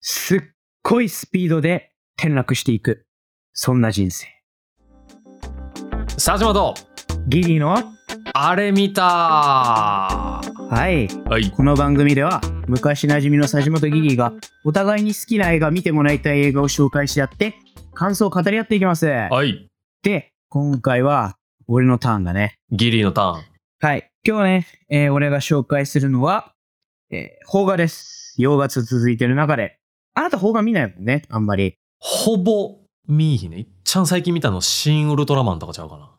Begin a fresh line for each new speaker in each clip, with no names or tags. すっごいスピードで転落していく。そんな人生。
佐島と
ギリの
あれ見たは
はい。
い
この番組では、昔馴染みの佐島とギリが、お互いに好きな映画、見てもらいたい映画を紹介し合って、感想を語り合っていきます。
はい
で、今回は、俺のターンだね。
ギリのターン
はい。今日ね、えー俺が紹介するのは、えー邦画です。洋画と続いてる中で。あなた邦画見ないもんね、あんまり。
ほぼ見いひねいっちゃん最近見たの新ウルトラマンとかちゃうかな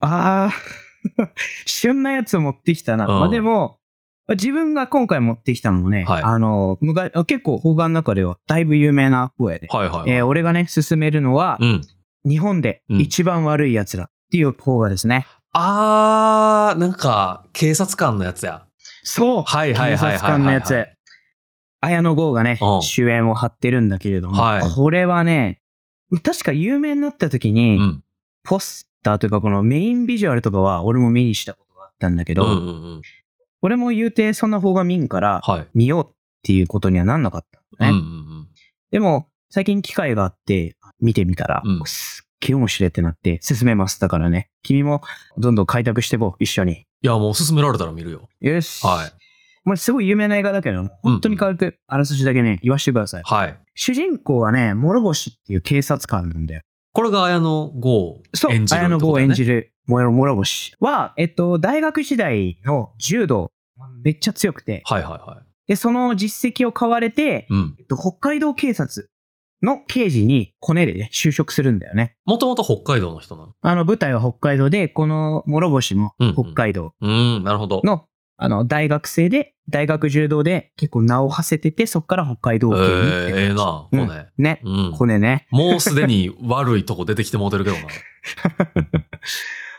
ああ、 旬なやつを持ってきたな。
うん
まあでも、自分が今回持ってきたのもね、
はい
あの、むが結構邦画の中ではだいぶ有名な方やで。
はいはい、
えー俺がね、勧めるのは、
うん
日本で一番悪いやつらっていう邦画ですね。
あーなんか警察官のやつや
そう
はいはいはいはいはいはい
警察官のやつ。綾野剛がね
う、ん
主演を張ってるんだけれども、
はい
これはね、確か有名になった時
う
に、
ん
ポスターというかこのメインビジュアルとかは俺も見にしたことがあったんだけ
うんう
ど、
んうん
俺も言うてそんな方が見んから、
はい
見ようっていうことにはなんなかった
う
の
ん
ね。
うん
でも、最近機会があって、見てみたら、
うん
すっげえ面白いってなって、進めます。だからね、君もどんどん開拓していこう、一緒に。
いやもう勧められたら見るよ
よし。
はい
まあ、すごい有名な映画だけど、本当に軽く、あらすじだけね、言わせてください。
はい
主人公はね、諸星っていう警察官なんだよ。
これが綾野剛
そう、
演じる
綾野
ってこと
剛
だよね
演じる諸諸星は、えっと、大学時代の柔道、めっちゃ強くて、
はいはいは
で、その実績を買われて、
いうん
えっと北海道警察の刑事にコネでね、就職するんだよね。
もともと北海道の人なの
あの、舞台は北海道で、この諸星も
うんうん
北海道
うんなるほど
の、あの、大学生で、大学柔道で結構名を馳せてて、そっから北海道
え
警にって感
ー
じ、
ええなこ
う
れ、
んね。
うん
コネね。
もうすでに悪いとこ出てきてもうてる けどな。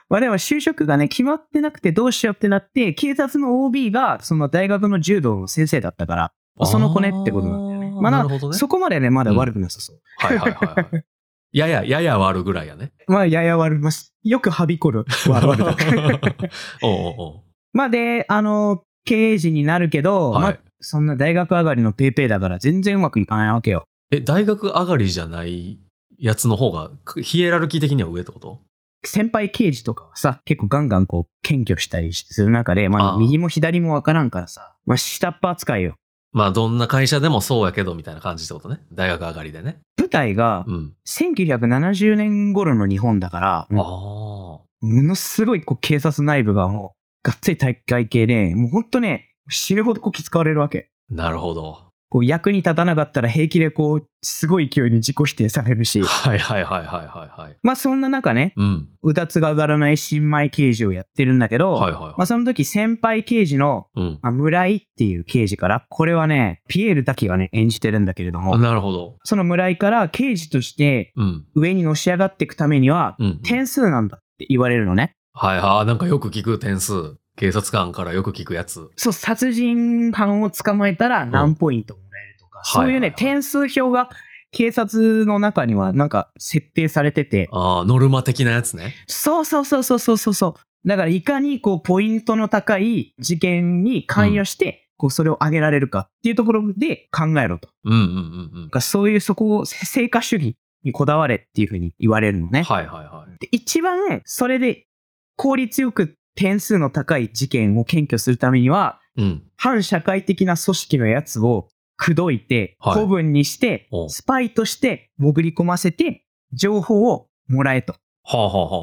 まあでも就職がね、決まってなくてどうしようってなって、警察の OB がその大学の柔道の先生だったから、その子ねってことなんだよね
あー
まあな
なるほどね。
そこまでね、まだ悪くなさそう。
はいはいはいはい。やや、やや悪ぐらいやね。
まあ、やや悪ます。よくはびこる。わ 悪だ
おうおうおう
まあで、あの、刑事になるけど、ま
は
あ
い、
そんな大学上がりのペーペーだから全然うまくいかないわけよ。
え、大学上がりじゃないやつの方が、ヒエラルキー的には上ってこと
先輩刑事とかはさ、結構ガンガンこう、検挙したりする中で、ま
あ
あ、
あ
右も左もわからんからさ、まあ、下っ端扱いよ。
まあ、どんな会社でもそうやけど、みたいな感じってことね。大学上がりでね。
舞台が
うん。
1970年頃の日本だから、も
あ
のすごいこう警察内部がもう、がっつり体会系で、もうほんとね、死ぬほどこう気遣われるわけ。
あ、なるほど。
こう役に立たなかったら平気でこう、すごい勢いに自己否定されるし。
はいはいはいはいはいはい。
まあそんな中ね、
うん。
うだつが上がらない新米刑事をやってるんだけど、
はいはい
ま
は
あその時先輩刑事の、
い。うん。
まあ、村井っていう刑事から、これはね、ピエール滝がね、演じてるんだけれども、
なるほど。
その村井から刑事として
うん。
上にのし上がっていくためには、
うん。
点数なんだって言われるのね。
はいはい。なんかよく聞く点数。警察官からよく聞くやつ。
そう、殺人犯を捕まえたら何ポイントもらえるとか、
うん
そういうね、
はいはいはい
点数表が警察の中にはなんか設定されてて、
ああ、ノルマ的なやつね。
そうそうそうそうそうそうそう。だからいかにこうポイントの高い事件に関与して、こうそれを上げられるかっていうところで考えろと。
うんうんうんうん
だ。からそういうそこをせ成果主義にこだわれっていうふうに言われるのね。
はいはいはい。
で一番それで効率よく点数の高い事件を検挙するためには、
うん。
反社会的な組織のやつを口説いて、
はい
古文にして
お、う
スパイとして潜り込ませて、情報をもらえと。っ
はあはあはあはあ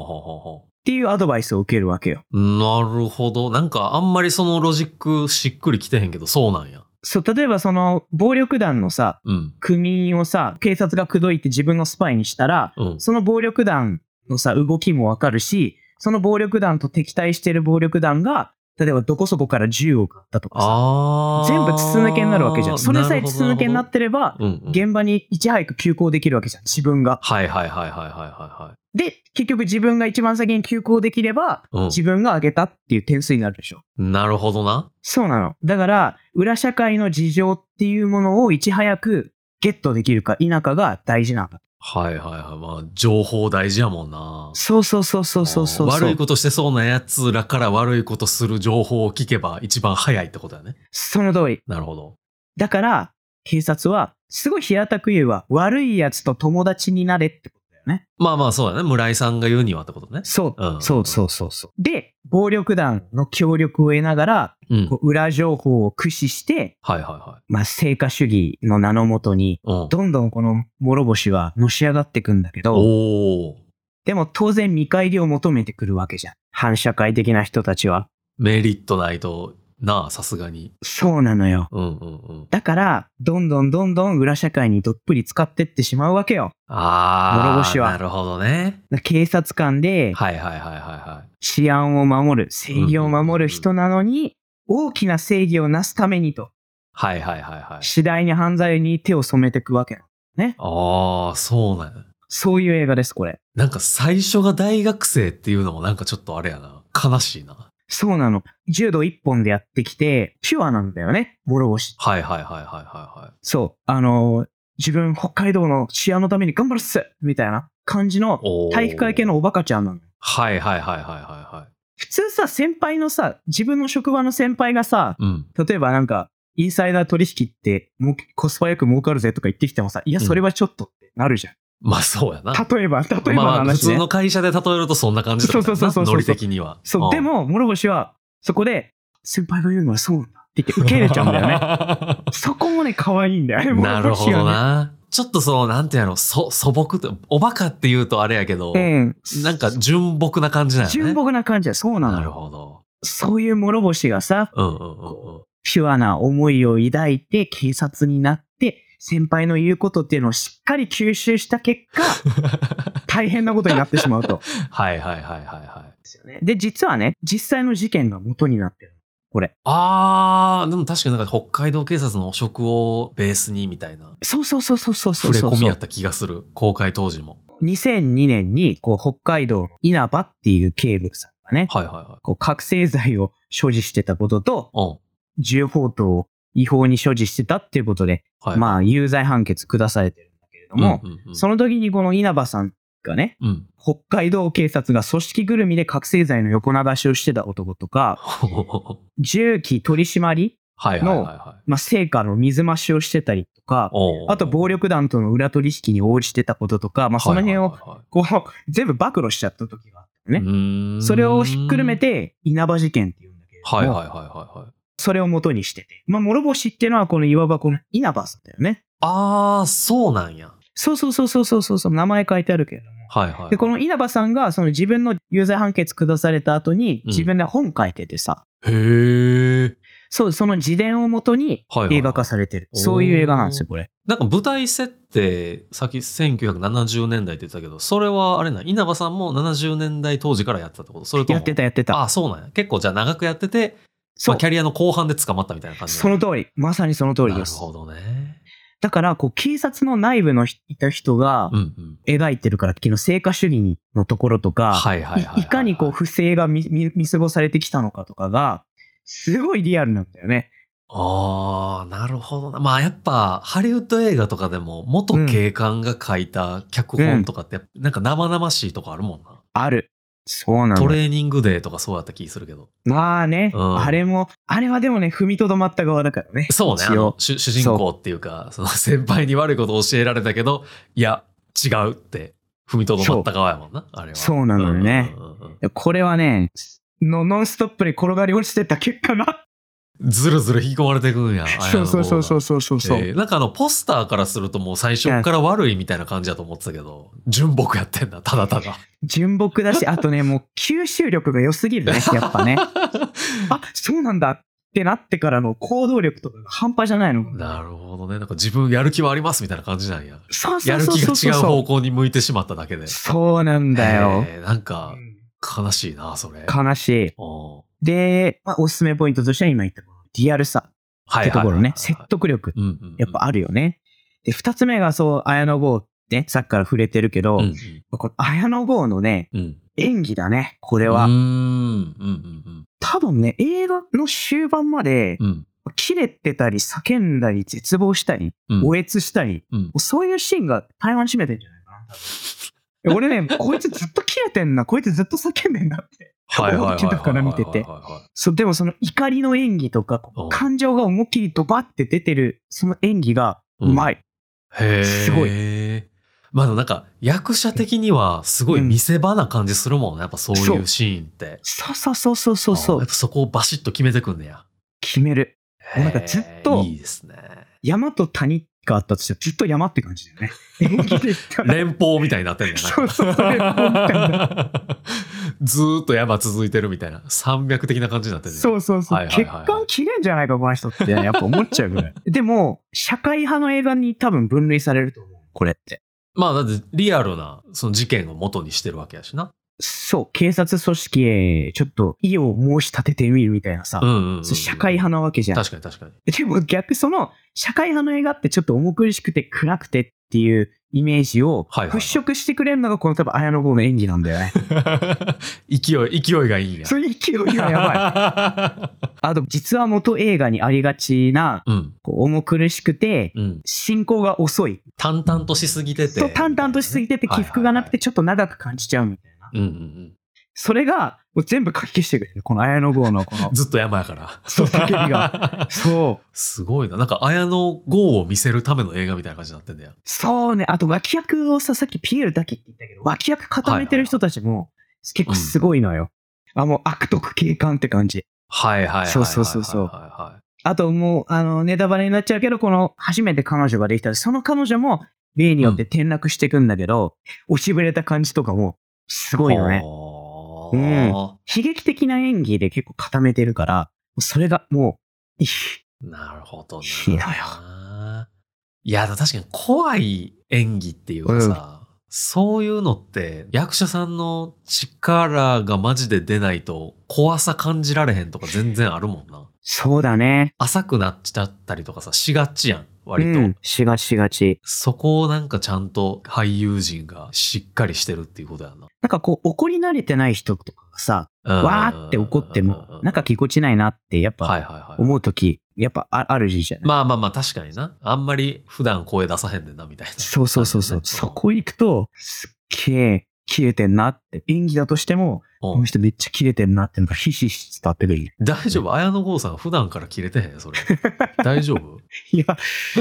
はあ。
ていうアドバイスを受けるわけよ。
なるほど。なんかあんまりそのロジックしっくりきてへんけど、そうなんや。
そう、例えばその暴力団のさ、
うん。
組員をさ、警察が口説いて自分のスパイにしたら、
うん。
その暴力団のさ、動きもわかるし、その暴力団と敵対してる暴力団が、例えばどこそこから銃を買ったとかさ、
ああ。。
全部筒抜けになるわけじゃん。それさえ筒抜けになっててれば、
うん、うん。
現場にいち早く急行できるわけじゃん、自分が。
はいはいはいはいは
で、結局自分が一番先に急行できれば、
いはい。
自分が上げたっていう点数になるでしょ。
うん。なるほどな。
そうなの。だから、裏社会の事情っていうものをいち早くゲットできるか否かが大事なんだ。
はいはいはい。まあ、情報大事やもんな。
そうそうそうそうそうそうそう。
悪いことしてそうなやつらから悪いことする情報を聞けば一番早いってことやね。
その通り。
なるほど。
だから、警察は、すごい平たく言えば、悪いやつと友達になれってことだよね。
まあまあそうだね。村井さんが言うにはってことね。
そう
うん
そうそうそうそう。で、暴力団の協力を得ながら、
うん。
こう裏情報を駆使して、
はいはいは
まあ、成果主義の名のもとに、
い。うん。
どんどんこの諸星はのし上がっていくんだけど、
おお。
でも当然見返りを求めてくるわけじゃん。反社会的な人たちは。
メリットないと、なあ、さすがに。
そうなのよ。
うんうんうん。
だから、どんどんどんどん裏社会にどっぷり使ってってしまうわけよ。
ああ。
諸星は
なるほどね。
警察官で
はいはいはいはいはい。
治安を守る、正義を守る人なのに、大きな正義をなすためにと、
はいはいはいはい。
次第に犯罪に手を染めていくわけなの。
ああ、そうなんや。
そういう映画です、これ。
なんか最初が大学生っていうのもなんかちょっとあれやな。悲しいな。
そうなの。柔道一本でやってきて、ピュアなんだよね、ボロボシ。
はいはいはいはいはいはい。
そう。あのー自分、北海道の治安のために頑張るっすみたいな感じの
おー
体育会系のおバカちゃんなの。
はいはいはいはいはいは
普通さ、先輩のさ、自分の職場の先輩がさ、
い。うん。
例えばなんか、インサイダー取引ってもうコスパよく儲かるぜとか言ってきてもさ、いや、
うん
それはちょっとってなるじゃん。
まあそうやな。
例えば、例えばの
まあ普
話ね。
通の会社で例えるとそんな感じだった
そうそうそうそうそう
ノリ的には。
そう、
ん
で、も、諸星は、そこで、先輩が言うのはそうなんだって言って受け入れちゃうんだよ ね。
ね。
そこもね、可愛いんだよね、
なる
諸
ほ
星
ど
はね。
な。ちょっとその、なんていうの、そ、素朴と、おバカって言うとあれやけど、
うん。
なんか純朴な感じなんやね。
純朴な感じだ。そうなの
な
よ
る。ほど。
そういう諸星がさ、
うんうんうんうん。
ピュアな思いを抱いて警察になって、先輩の言うことっていうのをしっかり吸収した結果、 大変なことになってしまうと。
はいはいはいはいはい。
で、実はね、実際の事件が元になってる。これ。
あー、でも確かになんか北海道警察の汚職をベースにみたいな、
そうそうそうそうそうそ
触
う
れ
そう
込みやった気がする。公開当時も。
2002年に、こう、北海道稲葉っていう警部さんがね、
はいはいはい。
こう、覚醒剤を所持してたことと、
うん。
銃砲刀を違法に所持してたっていうことで、
はい。
まあ、有罪判決下されてるんだけれど
うん
も、
うんうん
その時にこの稲葉さんがね、
うん。
北海道警察が組織ぐるみで覚醒剤の横流しをしてた男とか、
ほほほほ
銃器取り締まり、
はいはいはいはい。
まあ、成果の水増しをしてたりとか、
おう
あと暴力団との裏取引に応じてたこととか、まあ、その辺を
はいはいはい
こう 全部暴露しちゃった時があったの
う
ね。
ーん
それをひっくるめ、て稲葉事件っていうんだけれども、
はいはいはいはいはい。
それを元にしてて。まあ、諸星っていうのはこのいわばこの稲葉さんだよね。
あー、そうなんや。
そうそうそうそうそうそうそう、名前書いてあるけれども。
はいはい。
で、この稲葉さんがその自分の有罪判決下された後に
うん
自分で本書いててさ、
へー。
そう、その自伝をもとに
はいはいはい
映画化されてる。そういう映画なんですよ、これ。
なんか舞台設定、さっき1970年代って言ってたけど、それはあれな、稲葉さんも70年代当時からやってたってことそれとも
やってたやってた。
あ、そうなんや。結構じゃあ長くやってて、
そ
ま
う
あ、キャリアの後半で捕まったみたいな感じ
その通り。まさにその通
通
り
な
で
る
す。
ほどね。
だから、こう、警察の内部のひいた人が
うんうん。
描いてるから、昨日、成果主義のところとか、
はいはいはいはいはい
いかにこう、不正が見見見過ごされてきたのかとかが、すごいリアルなんだよね。
ああ、なるほどな。まあやっぱ、ハリウッド映画とかでも、元警官が書いた脚本とかって、なんか生々しいとこあるもんな。
ある。そうな
ト
の。
レーニングデーとかそうやった気するけど。
まあね、
うん
あれも、あれはでもね、踏みとどまった側だからね。
そうね。あ
一
の
応
主主人公っていうか、その先輩に悪いことを教えられたけど、いや、違うって踏みとどまった側やもんな、あれは。
そうなのよね
うんうんうんうん。
これはね、のノンストップに転がり落ちてった結果な。
ずるずる引き込まれていくんや。。
そうそうそうそううそうそうそう。
えーなんかあの、ポスターからするともう最初から悪いみたいな感じだと思ってたけど、純朴やってんだ、ただただ。
純朴だ し、あとね、もう吸収力が良すぎるね、やっぱね。あ、そうなんだってなってからの行動力とかが半端じゃないの。
なるほどね。なんか自分やる気はありますみたいな感じなんや。
そうそ
や
う
る
そうそう
気
そう
が違う
そ
方
う。
向に向いてしまっただけで。
そうなんだよ。
えーなんか
う、ん
悲しいな、それ。
悲しい。
おー
で、まあ、おすすめポイントとしては今言ったこのリアルさっ
は
てところね。
はいは
説得力
い。うんうんうん
やっぱあるよね。で、二つ目がそう、綾野剛ってね、さっきから触れてるけど、
うん
この綾野剛のね、
うんうん。
演技だね、これ
で
は。
うんうんうん
多分ね、映画の終盤まで
う、ん。
切れてたり、叫んだり、絶望したり、
うん。
おえつしたり、
うん
もうそういうシーンが台湾占めてんじゃないかな。 俺ね、こいつずっと切れてんな、こいつずっと叫んでんなって。
はいはいはいはいはいはいはい。
思ってたから見ててそう、でもその怒りの演技とか、
うん
感情が思いっきりドバって出てる、その演技がうまい。
へえ。
すご
い。まだなんか役者的にはすごい見せ場な感じするもんね。やっぱそういうシーンって。
そうそうそうそうそうそ
あーや
う
っ、ぱそこをバシッと決めてくんねや。
決める。もうなんかずっと
へーいいですね。
山と谷があったとしてずっと山って感じだよ ね。演技で言ったら
連邦みたいになってんねやな。
そうそう連邦みたい
ずーっと山続いてるみたいな。山脈的な感じになってるね。
そうそうそう。
はいはい
血
はいはい
管切れんじゃないか、この人って、やっぱ思っちゃうぐらい。でも、社会派の映画に多分分類されると思う、これって。
まあだってリアルなその事件を元にしてるわけやしな。
そう、警察組織へちょっと意を申し立ててみるみたいなさ、
うんうんうん、
そう社会派なわけじゃん。
確かに確かに。
でも逆その、社会派の映画ってちょっと重苦しくて暗くてっていうイメージを
はいはい
払拭してくれるのがこの多分綾野剛の演技なんだよね。
勢い、勢いがいいんや。
そういう勢いがやばい。あと、実は元映画にありがちな、
い。 うん。
こう重苦しくて、
うん。
進行が遅い
淡々としすぎてて。
そう淡々としすぎてて起伏がなくて
は
ちょっと長く感じちゃうみたいな。
いはいはい。うんうん
それがもう全部書き消してくれる。この綾野剛のこ
う
の
ん。。ずっと山やから。
そう叫びがそう。
すごいな。なんか、綾野剛を見せるための映画みたいな感じになってんだよ。
そうね。あと脇役をさ、さっきピエールだけって言ったけど、脇役固めてる人たちも結構すごいのよ。あ、もう悪徳警官って感じ。
はいはいはいはいはい。
そうそうそうそう
はいは
あともう、あの、ネタバレになっちゃうけど、この初めて彼女ができた、その彼女も例によって転落していくんだけど、押しぶれた感じとかもすごい
い
よ
はい。
ね。
ほ
う
ー
悲劇的な演技で結構固めてるから、それがもう、いい
なるほどな。
いいのよ
いや、でも確かに怖い演技っていうかさ、そういうのって役者さんの力がマジで出ないと怖さ感じられへんとか全然あるもんな。
そうだね。
浅くなっちゃったりとかさ、しがちやん、割と。
うん、しがちしがち。
そこをなんかちゃんと俳優陣がしっかりしてるっていうことやな。
なんかこう、怒り慣れてない人とかがさ、
うん
わーって怒っても、なんか、ぎこちないなって、やっ
はい
ぱ
はいはい。
思うとき、やっぱああるじゃない。
まあまあまあ確かにな。あんまり普段声出さへんねんな みたいな。
そうそうそうそう。そこ行くと、すっげえ、切れてんなって。演技だとしても、こ
うん
の人めっちゃ切れてんなってのがひしひし伝わってくる。
大丈夫綾野剛さん普段から切れてへんそれ。大 丈夫
いや、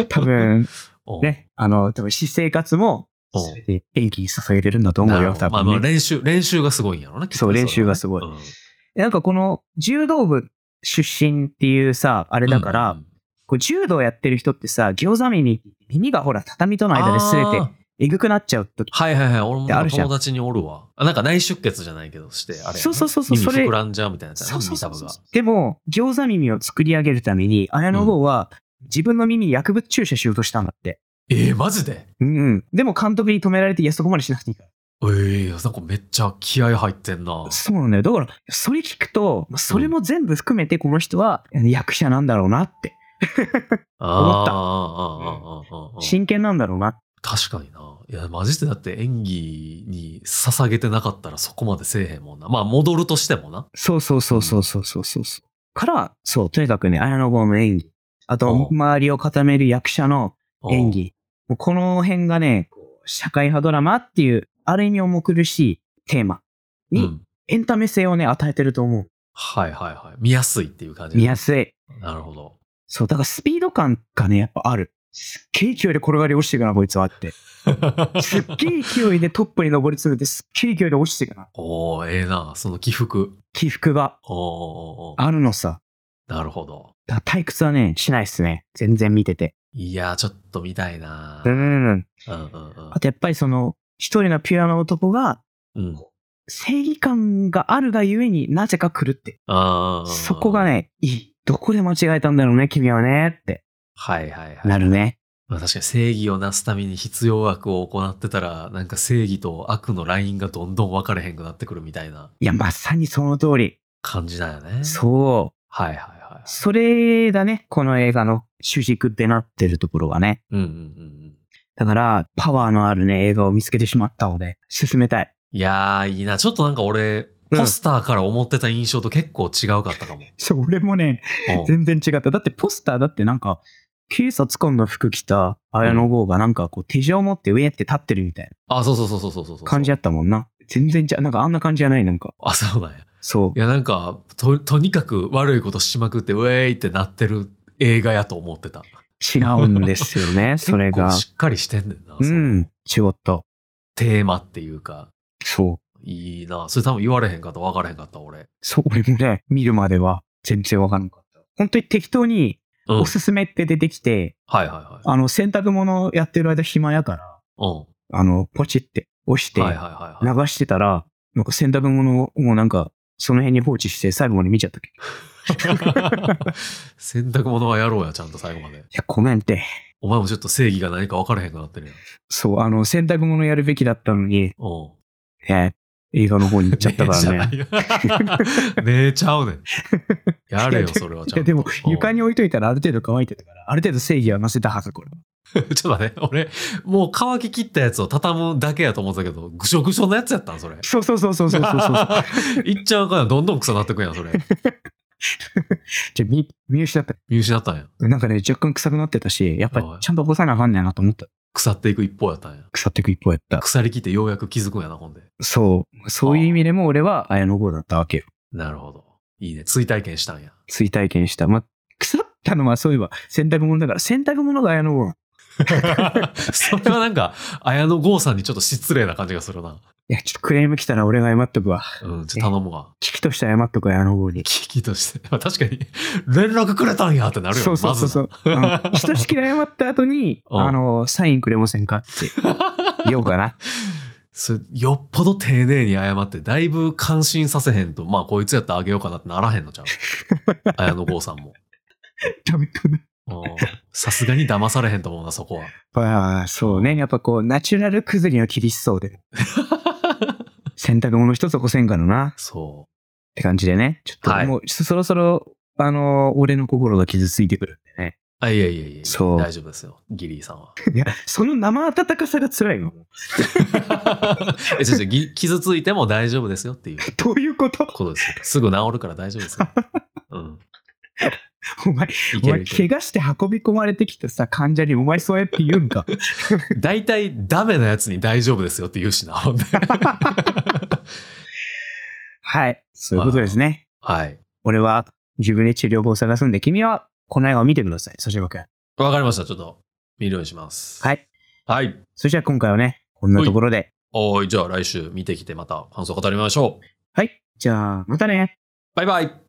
多 分、
うん
ね、あの、多分私生活も、
うん
それで演技に捧げれるんだと思う
なる
よ、
ほど
多
まあまあ
分ね。
練習、練習がすごいんやろな、きっと
そう練習がすごい
うん
なんかこの柔道部出身っていうさ、あれだから、
うん
こう柔道やってる人ってさ、餃子耳に耳がほら畳との間で擦れ
あ
て、えぐくなっちゃう時
ーはいはいはい。俺も
あるじゃん
友達におるわ。あなんか内出血じゃないけどして、あれやな。
そうそうそうそう
耳
それ
膨らんじゃうみたいなやつやな
そうそうそう
耳
そう
たぶ
でも、餃子耳を作り上げるために、綾野剛は自分の耳に薬物注射しようとしたんだって。
がえー、マジで
うんうん。でも監督に止められて、いや、そこまでしなくていいか
えー、なんかめっちゃ気合入ってんな
ら。。そうなんだよ。だから、それ聞くと、まあそれも全部含めて、この人は役者なんだろうなって、思った
思っ
真剣なんだろうな。
確かにな。いや、マジでだって演技に捧げてなかったらそこまでせえへんもんな。まあ、戻るとしてもな。
そうそうそうそうそうそうそうそう。から、そう、とにかくね、綾野剛の演技。あと、
うん
周りを固める役者の
うん
演。技。もうこの辺がね、こう社会派ドラマっていう、ある意味重苦しいテーマ
う
に、
ん。
エンタメ性をね、与えてると思う。
はいはいはい。見やすいっていう感じ。
見やすい。
なるほど。
そう、だからスピード感がね、やっぱある。すっげえ勢いで転がり落ちていくな、こいつはって。 すっげえ勢いでトップに登り詰めて、すっげえ勢いで落ちていくな。
おー、ええな。その起伏。
起伏が
おーおーおー
あるのさ。
なるほど。
だから退屈はね、しないっすね。全然見てて。
いやー、ちょっと見たいな。
うんうんうん。
うんうんうん
あとやっぱりその、一人のピュアな男が、
うん。
正義感があるがゆえになぜか狂って
あー
そこが。ね、いい。どこで間違えたんだろうね、君はね、って
はいはいはい。
なるね。
まあ確かに正義をなすために必要悪を行ってたら、なんか正義と悪のラインがどんどん分かれへんくなってくるみたいない
や、まさにその通り。
感じだよね。う。
そう。
はいはいはい。
それだね、この映画の主軸ってなってるところがね。
うんうんうんうん。
だから、パワーのあるね、映画を見つけてしまったので、進めたい。
いやー、いいな。ちょっとなんか俺、
うん
ポスターから思ってた印象と結構違うかったかも。
そう、俺もね、
うん
全然違った。だってポスターだってなんか、警察官の服着た綾野剛がなんかこう手錠持って上って立ってるみたい
あ、そうそうそうそうそうそうそう。
な感じやったもんな。全然ちゃう、なんかあんな感じじゃない、なんか。
あ、そうなんや。
そ
いや、なんか、と、とにかく悪いことしまくって、ウェーイってなってる映画やと思ってた。
う。違うんですよ ね、それが
結構。しっかりしてんねんな。
う
その
ん、違った。
テーマっていうか、
そう。
いいな。それ多分言われへんかった、分からへんかった、俺。
そう、俺もね、見るまでは全然わからんかった。本当に適当に
うん。はい
おすすめって出てきて、
はいはい。
あの、洗濯物やってる間暇やから、
う
あの、ポチって押して
ん。はいはいはい
流
はい。
してたら、なんか洗濯物をもうなんか、その辺に放置して最後まで見ちゃったっけ。い
洗濯物はやろうや、ちゃんと最後まで。
や、ごめんって。
お前もちょっと正義が何か分からへんくなってるやん。
そう、あの、洗濯物やるべきだったのに、
うん。
ね、映画の方に行っちゃった からね。
ねえ。ねえちゃうねん。やれよ、それはちゃん
い
と。
や、でも、床
に。
に置いといたらある程度乾いてたから、ある程度正義はなせたはず、これ。
ちょっと待って、俺、もう乾き切ったやつを畳むだけやと思ってたけど、ぐしょぐしょのやつやったん、それ。
そうそうそうそうそうそうそう。
いっちゃうから、どんどん臭なってくやん、それ。
じゃあ、見、見失った。
見失ったんや。
なんかね、若干臭くなってたし、やっぱちゃんと起こさなあかんねんなと思った。
腐っていく一方やったんや。
腐っていく一方やった。
腐りきってようやく気づくんやな、ほんで。
そう。そういう意味でも俺は綾野剛だったわけよ。
なるほど。いいね。追体 験したんや。
追体験した。ま、腐ったのはそういえば洗濯物だから、洗濯物が綾野剛。い
それはなんか、綾野剛さんにちょっと失礼な感じがするな。
や、ちょっとクレーム来たら俺が謝っとくわ。
うん、ちょっと頼むわ。
危機として謝っとくわ、綾野剛に。
危機として。 まあ確かに、連絡くれたんやってなるよね
そうそうそうそう。
まずな
うんひとしきり謝った後に、
うん
あの、サインくれませんかって言おうか な。
それよっぽど丁寧に謝って、だいぶ感心させへんと、まあこいつやったらあげようかなってならへん のちゃう綾野剛さんも。
ダメかな。
うんさすがに騙されへんと思うな、そこは。
まあ、そうね。やっぱこう、ナチュラル崩れには厳しそうで。洗濯物一つ起こせんからな。
そ
って感じでね、ちょっと
はい
もう、そろそろ、あのー俺の心が傷ついてくるんでね。
う。あ、いやいやいや、
そう
大丈夫ですよ、ギリーさんは。
いや、その生温かさが辛いの。
え、ちょちょぎ傷ついても大丈夫ですよっていう
どういうこと
ことですよ。すぐ治るから大丈夫ですよ。うん。
お前、
い
お
ける
前、
いける
怪。我して運び込まれてきたさ、患者にお前そうやって言うん か。
大体ダメなやつに大丈夫ですよって言うしな、ほ んで
はい。そういうことですね。
はい。
俺は自分で治療法を探すんで、君はこの映画を見てください、そしばくん。
わかりました。ちょっと見るようにします。。
はいい。
はい。
そしたら今回はね、こんなところで。
おーい、じゃあ来週見てきてまた感想語りましょう。
はい。じゃあ、またね。
バイバイ。